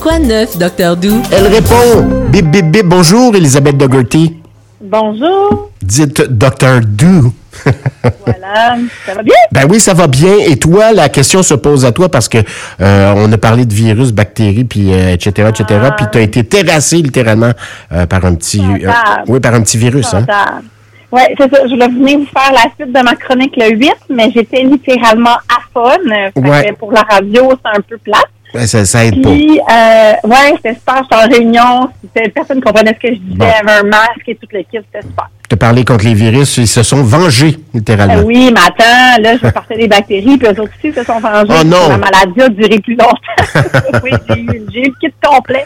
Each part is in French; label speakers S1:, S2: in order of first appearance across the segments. S1: Quoi de neuf, Docteur Doux?
S2: Elle répond Bip, bip, bip, bonjour, Elisabeth Dougherty.
S3: Bonjour.
S2: Dites Docteur Doux.
S3: voilà. Ça va bien?
S2: Ben oui, ça va bien. Et toi, la question se pose à toi parce que euh, on a parlé de virus, bactéries, puis euh, etc., etc.
S3: Ah.
S2: Puis tu as été terrassé littéralement euh, par un petit,
S3: Fantasme.
S2: euh, oui, par un petit virus. Hein?
S3: Oui, c'est ça. Je voulais venir vous faire la suite de ma chronique le 8, mais j'étais littéralement à fun. Fait que
S2: Ouais.
S3: Pour la radio, c'est un peu plate.
S2: Ben, ça, ça aide pas.
S3: Puis, euh, ouais, c'était super. J'étais en réunion. c'était- Personne ne comprenait ce que je disais.
S2: Bon.
S3: avait un masque et toute l'équipe. C'était super.
S2: Te parler contre les virus, ils se sont vengés littéralement.
S3: Euh, oui, mais attends, là, je partais des bactéries, puis eux autres aussi se sont vengés.
S2: Oh non.
S3: La maladie a duré plus longtemps. oui, j'ai eu, j'ai eu le kit complet.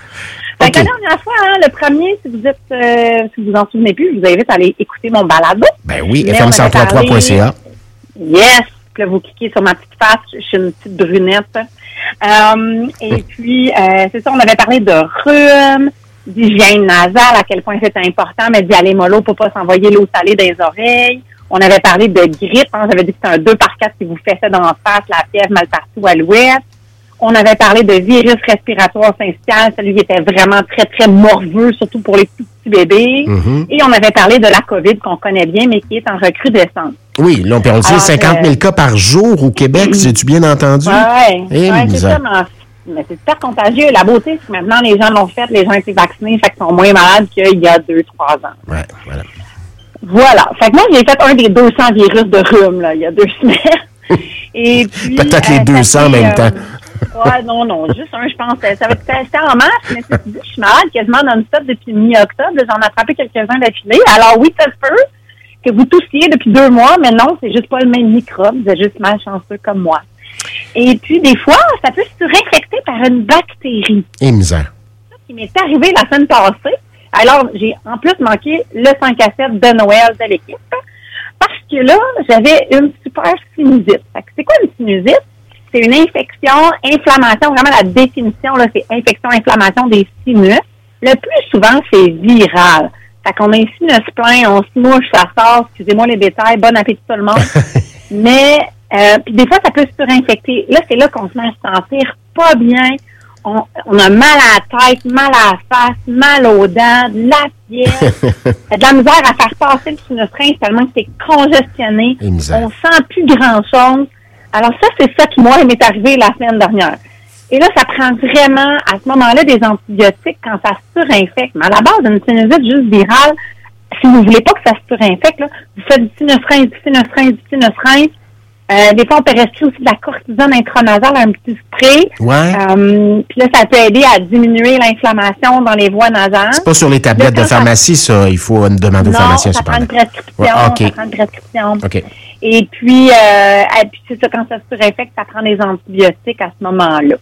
S3: Fait que
S2: Ok.
S3: la dernière fois, hein, le premier, si vous êtes, euh, si vous en souvenez plus, je vous invite à aller écouter mon balado.
S2: Ben oui,
S3: Mais on avait parlé-
S2: fm1033.ca.
S3: Yes! Puis Là, vous cliquez sur ma petite face, je suis une petite brunette. Euh, et puis, euh, c'est ça, on avait parlé de rhume, d'hygiène nasale, à quel point c'est important, mais d'y aller mollo pour pas s'envoyer l'eau salée dans les oreilles. On avait parlé de grippe, hein, j'avais dit que c'était un 2 par 4 qui vous fessait dans la face, la fièvre, mal partout, à l'ouest. On avait parlé de virus respiratoire syncytial, celui qui était vraiment très, très morveux, surtout pour les tout petits bébés.
S2: Mhm.
S3: Et on avait parlé de la COVID qu'on connaît bien, mais qui est en recrudescence.
S2: Oui, là, on peut le dire,
S3: Alors, euh,
S2: 50 000 cas par jour au Québec, j'ai-tu bien entendu?
S3: Ouais,
S2: Eh,
S3: ouais, c'est
S2: misère.
S3: ça, mais, mais c'est super contagieux. La beauté, c'est que maintenant, les gens l'ont fait, les gens étaient vaccinés, fait qu'ils sont moins malades qu'il y a deux, trois ans.
S2: Ouais, voilà.
S3: Voilà. Fait que moi, j'ai fait un des 200 virus de rhume, là, il y a deux semaines. Et puis, euh,
S2: Peut-être les 200
S3: ça
S2: en
S3: fait,
S2: même temps.
S3: ouais, non, non, juste un, je pense. Ça va être c'était en mars, mais tu te dis, je suis malade quasiment non-stop depuis mi-octobre. J'en ai attrapé quelques-uns d'affilée. Alors oui, ça se peut que vous toussiez depuis deux mois, mais non, c'est juste pas le même microbe. Vous êtes juste malchanceux comme moi. Et puis, des fois, ça peut se réinfecter par une bactérie
S2: Et misère.
S3: qui m'est arrivé la semaine passée. Alors, j'ai en plus manqué le 5 à 7 de Noël de l'équipe parce que là, j'avais une super sinusite. Fait que C'est quoi une sinusite? C'est une infection, inflammation. Vraiment, la définition, là, c'est infection, inflammation des sinus. Le plus souvent, c'est viral. Fait qu'on a un sinus plein, on se mouche, ça sort. Excusez-moi les détails. Bon appétit tout le monde. Mais euh, puis des fois, ça peut se surinfecter. Là, c'est là qu'on se met à se sentir pas bien. On, on a mal à la tête, mal à la face, mal aux dents, de la fièvre, de la misère à faire passer le sinus tellement que c'est congestionné.
S2: Et misère.
S3: On sent plus grand-chose. Alors ça, c'est ça qui, moi, m'est arrivé la semaine dernière. Et là, ça prend vraiment, à ce moment-là, des antibiotiques quand ça se surinfecte. Mais à la base, une sinusite juste virale, si vous voulez pas que ça se surinfecte, là, vous faites du sinusrin, du sinusrin, du sinusrin. Euh, des fois, on peut rester aussi de la cortisone intranasale, un petit spray.
S2: Ouais.
S3: Euh, Puis là, ça peut aider à diminuer l'inflammation dans les voies nasales.
S2: C'est pas sur les tablettes
S3: Mais
S2: de
S3: quand ça-
S2: pharmacie, ça. Il faut une demande au
S3: Non,
S2: pharmacien,
S3: ça prend
S2: cependant.
S3: une prescription.
S2: Ouais, ah, ok.
S3: Ça prend une prescription.
S2: OK.
S3: Et puis, euh, et puis c'est ça, quand ça se surinfecte, ça prend des antibiotiques à ce moment-là.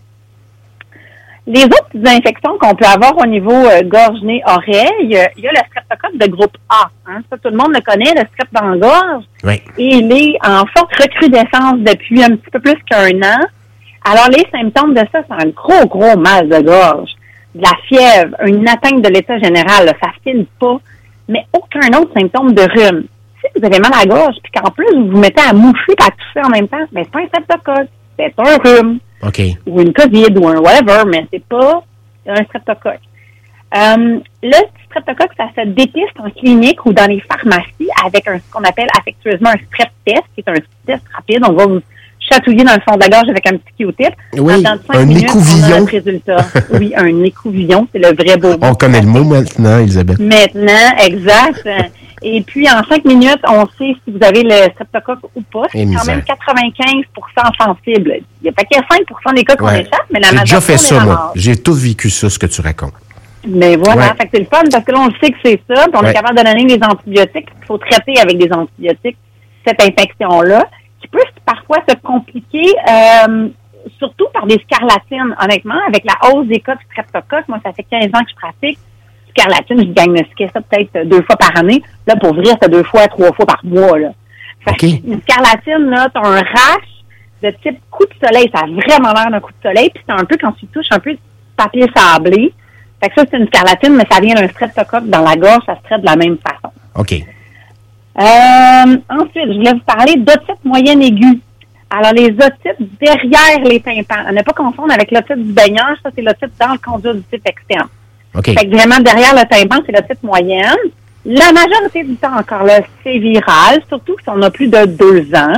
S3: Les autres petites infections qu'on peut avoir au niveau euh, gorge, nez, oreille, euh, il y a le streptocoque de groupe A. Hein. Ça, tout le monde le connaît, le strep dans la gorge.
S2: Oui.
S3: Et il est en forte recrudescence depuis un petit peu plus qu'un an. Alors, les symptômes de ça, c'est un gros, gros mal de gorge, de la fièvre, une atteinte de l'état général, là, ça file pas, mais aucun autre symptôme de rhume. Si vous avez mal à la gorge, puis qu'en plus, vous vous mettez à moucher et à tousser en même temps, ben, c'est pas un streptocoque, c'est un rhume
S2: OK.
S3: ou une COVID ou un whatever, mais c'est pas un streptocoque. Euh, le streptocoque, ça se dépiste en clinique ou dans les pharmacies avec un, ce qu'on appelle affectueusement un strep test, qui est un test rapide. On va vous chatouiller dans le fond de la gorge avec un petit Q-tip.
S2: Oui,
S3: En dedans de cinq
S2: un
S3: minutes, On a
S2: écouvillon.
S3: notre résultat. oui, un écouvillon, c'est le vrai beau mot.
S2: On connaît le mot maintenant, Elisabeth.
S3: Maintenant, exact. Euh, Et puis, en cinq minutes, on sait si vous avez le streptocoque ou pas.
S2: Et Eh,
S3: C'est quand
S2: misère.
S3: même 95 sensible. Il n'y a pas qu'à 5 des cas qu'on
S2: Ouais.
S3: échappe, mais la
S2: J'ai déjà
S3: majorité,
S2: fait
S3: on les
S2: ça, moi.
S3: ramasse.
S2: J'ai tout vécu ça, ce que tu racontes.
S3: Mais voilà,
S2: Ouais.
S3: fait que c'est le fun parce que là, on le sait que c'est ça, puis on
S2: Ouais.
S3: est capable de donner des antibiotiques. Il faut traiter avec des antibiotiques cette infection-là, qui peut parfois se compliquer, euh, surtout par des scarlatines, honnêtement, avec la hausse des cas de streptocoque. Moi, ça fait 15 ans que je pratique. Scarlatine, je diagnostiquais ça peut-être euh, deux fois par année. Là, pour vrai, c'est deux fois, trois fois par mois. Là. Fait
S2: OK.
S3: que Une scarlatine, là, t'as un rash de type coup de soleil. Ça a vraiment l'air d'un coup de soleil. Puis c'est un peu quand tu touches un peu de papier sablé. Fait que ça, c'est une scarlatine, mais ça vient d'un streptocoque dans la gorge, ça se traite de la même façon.
S2: OK.
S3: Euh, ensuite, je voulais vous parler d'otite moyenne aiguë. Alors, les otites derrière les tympans, à ne pas confondre avec l'otite du baignage, ça, c'est l'otite dans le conduit auditif externe.
S2: OK.
S3: Fait que vraiment, derrière le tympan, c'est l'otite moyenne. La majorité du temps, encore là, c'est viral, surtout si on a plus de deux ans.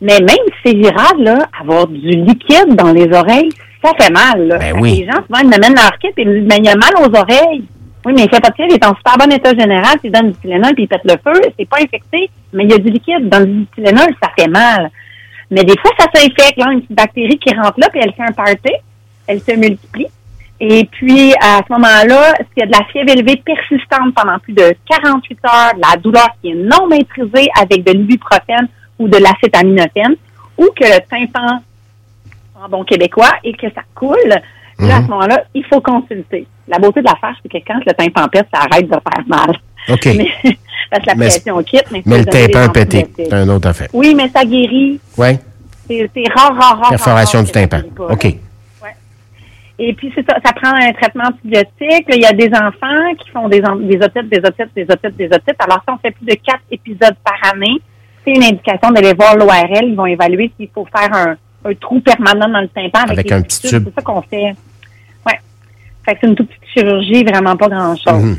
S3: Mais même si c'est viral, là, avoir du liquide dans les oreilles, ça fait mal. Là.
S2: Ben
S3: Fait que
S2: oui.
S3: Les gens, souvent, ils m'amènent leur kit et ils me disent, mais il y a mal aux oreilles. Oui, mais il fait pas de fièvre, il est en super bon état général, il donne du Tylenol, puis il pète le feu, c'est pas infecté, mais il y a du liquide dans le Tylenol, ça fait mal. Mais des fois, ça s'infecte, là, une petite bactérie qui rentre là, puis elle fait un party, elle se multiplie. Et puis, à ce moment-là, s'il y a de la fièvre élevée persistante pendant plus de 48 heures, de la douleur qui est non maîtrisée avec de l'ibuprofène ou de l'acétaminophène, ou que le tympan en bon québécois et que ça coule, là,
S2: Mhm.
S3: à ce moment-là, il faut consulter. La beauté de l'affaire, c'est que quand le tympan pète, ça arrête de faire mal.
S2: OK.
S3: Mais, parce que la
S2: Mais-
S3: pression quitte, mais,
S2: Mais
S3: faut
S2: le
S3: donner des
S2: tympan pété,
S3: antibiotiques.
S2: c'est un autre affaire.
S3: Oui, mais ça guérit.
S2: Oui?
S3: C'est c'est rare, rare, rare. rare,
S2: Perforation
S3: rare
S2: du
S3: que ça
S2: tympan.
S3: guérit ah, pas, là.
S2: OK.
S3: Et puis, c'est ça, ça prend un traitement antibiotique. Là, il y a des enfants qui font des, en- des otites, des otites, des otites, des otites. Alors, si on fait plus de quatre épisodes par année, c'est une indication d'aller voir l'ORL. Ils vont évaluer s'il faut faire un, un trou permanent dans le tympan avec,
S2: Avec
S3: des
S2: un
S3: petits
S2: petit
S3: tubes.
S2: tube.
S3: C'est ça qu'on fait. Ouais. Fait que c'est une toute petite chirurgie, vraiment pas grand-chose.
S2: Mhm.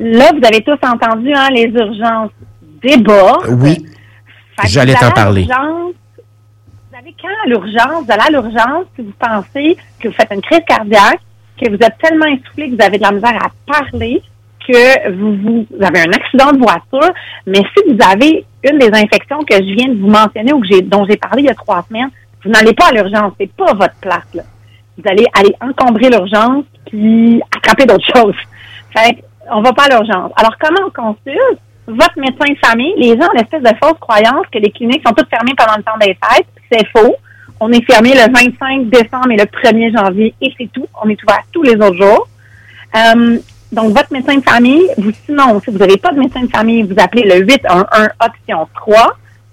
S3: Là, vous avez tous entendu, hein, les urgences débordent.
S2: Oui.
S3: Fait que
S2: J'allais
S3: vous
S2: t'en
S3: allez à
S2: parler.
S3: l'urgence. Vous allez quand à l'urgence, vous allez à l'urgence si vous pensez que vous faites une crise cardiaque, que vous êtes tellement essoufflé que vous avez de la misère à parler, que vous, vous- vous avez un accident de voiture, mais si vous avez une des infections que je viens de vous mentionner ou que j'ai, dont j'ai parlé il y a trois semaines, vous n'allez pas à l'urgence, c'est pas votre place. Là. Vous allez aller encombrer l'urgence puis attraper d'autres choses. Fait que, on va pas à l'urgence. Alors, comment on consulte? Votre médecin de famille, les gens ont l'espèce de fausse croyance que les cliniques sont toutes fermées pendant le temps des fêtes. C'est faux. On est fermé le 25 décembre et le 1er janvier et c'est tout. On est ouvert tous les autres jours. Euh, donc, votre médecin de famille, vous, sinon, si vous n'avez pas de médecin de famille, vous appelez le 811 option 3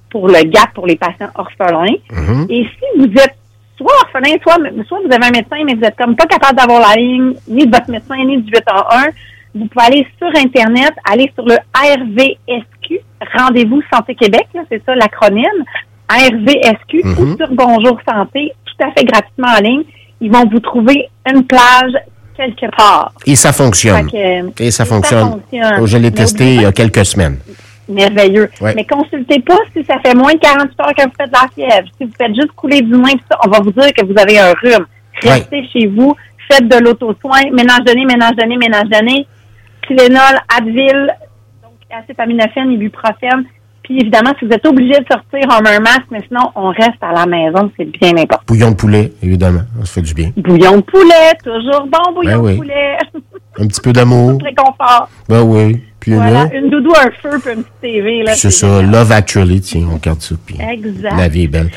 S3: pour le GAP pour les patients orphelins.
S2: Mhm.
S3: Et si vous êtes soit orphelin, soit, soit vous avez un médecin, mais vous êtes comme pas capable d'avoir la ligne, ni de votre médecin, ni du 8 en 1, vous pouvez aller sur Internet, aller sur le RVSQ, Rendez-vous Santé Québec, là, c'est ça l'acronyme, RVSQ,
S2: Mhm.
S3: ou sur Bonjour Santé, tout à fait gratuitement en ligne. Ils vont vous trouver une plage quelque part.
S2: Et ça fonctionne.
S3: Fait que,
S2: Et ça fonctionne.
S3: fonctionne.
S2: Je l'ai
S3: Mais
S2: testé il y a quelques semaines.
S3: merveilleux.
S2: Ouais.
S3: Mais consultez pas si ça fait moins de 48 heures que vous faites de la fièvre. Si vous faites juste couler du vin, pis ça, on va vous dire que vous avez un rhume. Restez chez vous, faites de l'auto-soin, ménage donné, ménage donné, ménage donné, Tylenol, Advil, donc acétaminophène, ibuprofène. Puis évidemment, si vous êtes obligé de sortir, on met un masque, mais sinon, on reste à la maison, c'est bien important.
S2: Bouillon de poulet, évidemment. Ça fait du bien.
S3: Bouillon de poulet, toujours bon
S2: Ben
S3: bouillon
S2: oui.
S3: de poulet.
S2: Un petit peu d'amour.
S3: Réconfort.
S2: Ben oui. Puis
S3: Voilà,
S2: là,
S3: une doudou, un feu, puis une petite TV. Là,
S2: puis c'est ça.
S3: génial.
S2: Love Actually. Tiens, on regarde ça. Puis
S3: Exact.
S2: la vie est belle.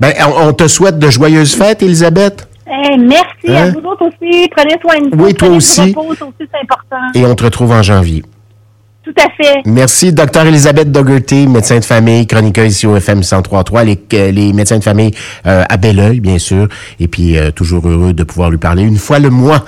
S2: Ben, on, on te souhaite de joyeuses fêtes, Elisabeth.
S3: Eh, merci
S2: Hein?
S3: à vous autres aussi. Prenez soin de vous.
S2: Oui, toi
S3: Prenez du
S2: aussi.
S3: repos, ça aussi, c'est important.
S2: Et on te retrouve en janvier.
S3: Tout à fait.
S2: Merci, Dr. Elisabeth Dougherty, médecin de famille, chroniqueuse ici au FM 1033, les, euh, les médecins de famille euh, à Belleuil, bien sûr, et puis euh, toujours heureux de pouvoir lui parler une fois le mois